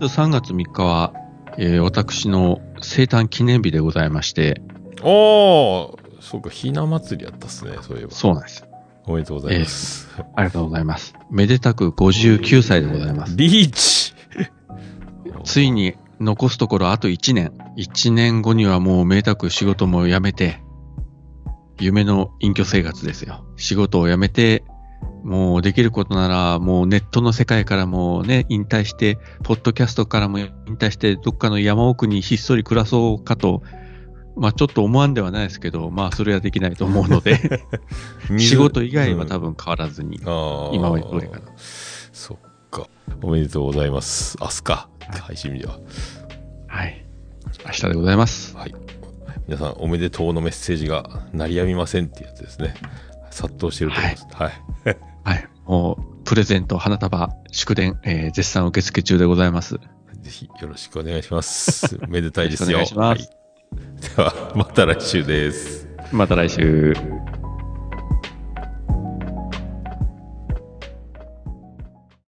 3月3日は、えー私の生誕記念日でございまして、おーそうか、ひな祭りやったっすね、そういえば。そうなんです。おめでとうございます。ありがとうございます。めでたく59歳でございます。リーチ ついに残すところあと1年。1年後にはもうめでたく仕事も辞めて、夢の隠居生活ですよ。仕事を辞めて、もうできることならもうネットの世界からもね、引退して、ポッドキャストからも引退して、どっかの山奥にひっそり暮らそうかと、まあちょっと思わんではないですけど、まあそれはできないと思うの で、水仕事以外は多うん分変わらずに。あー今まで通りかなそっか。おめでとうございます。明日か。配信日では。はい。明日でございます。はい。皆さん、おめでとうのメッセージが鳴りやみませんってやつですね。殺到してると思います。はい。はい。もう、プレゼント、花束、祝電、えー絶賛受付中でございます。ぜひよろしくお願いし ます。めでたいですよ。よろしくお願いしますはい、では、また来週です。また来週。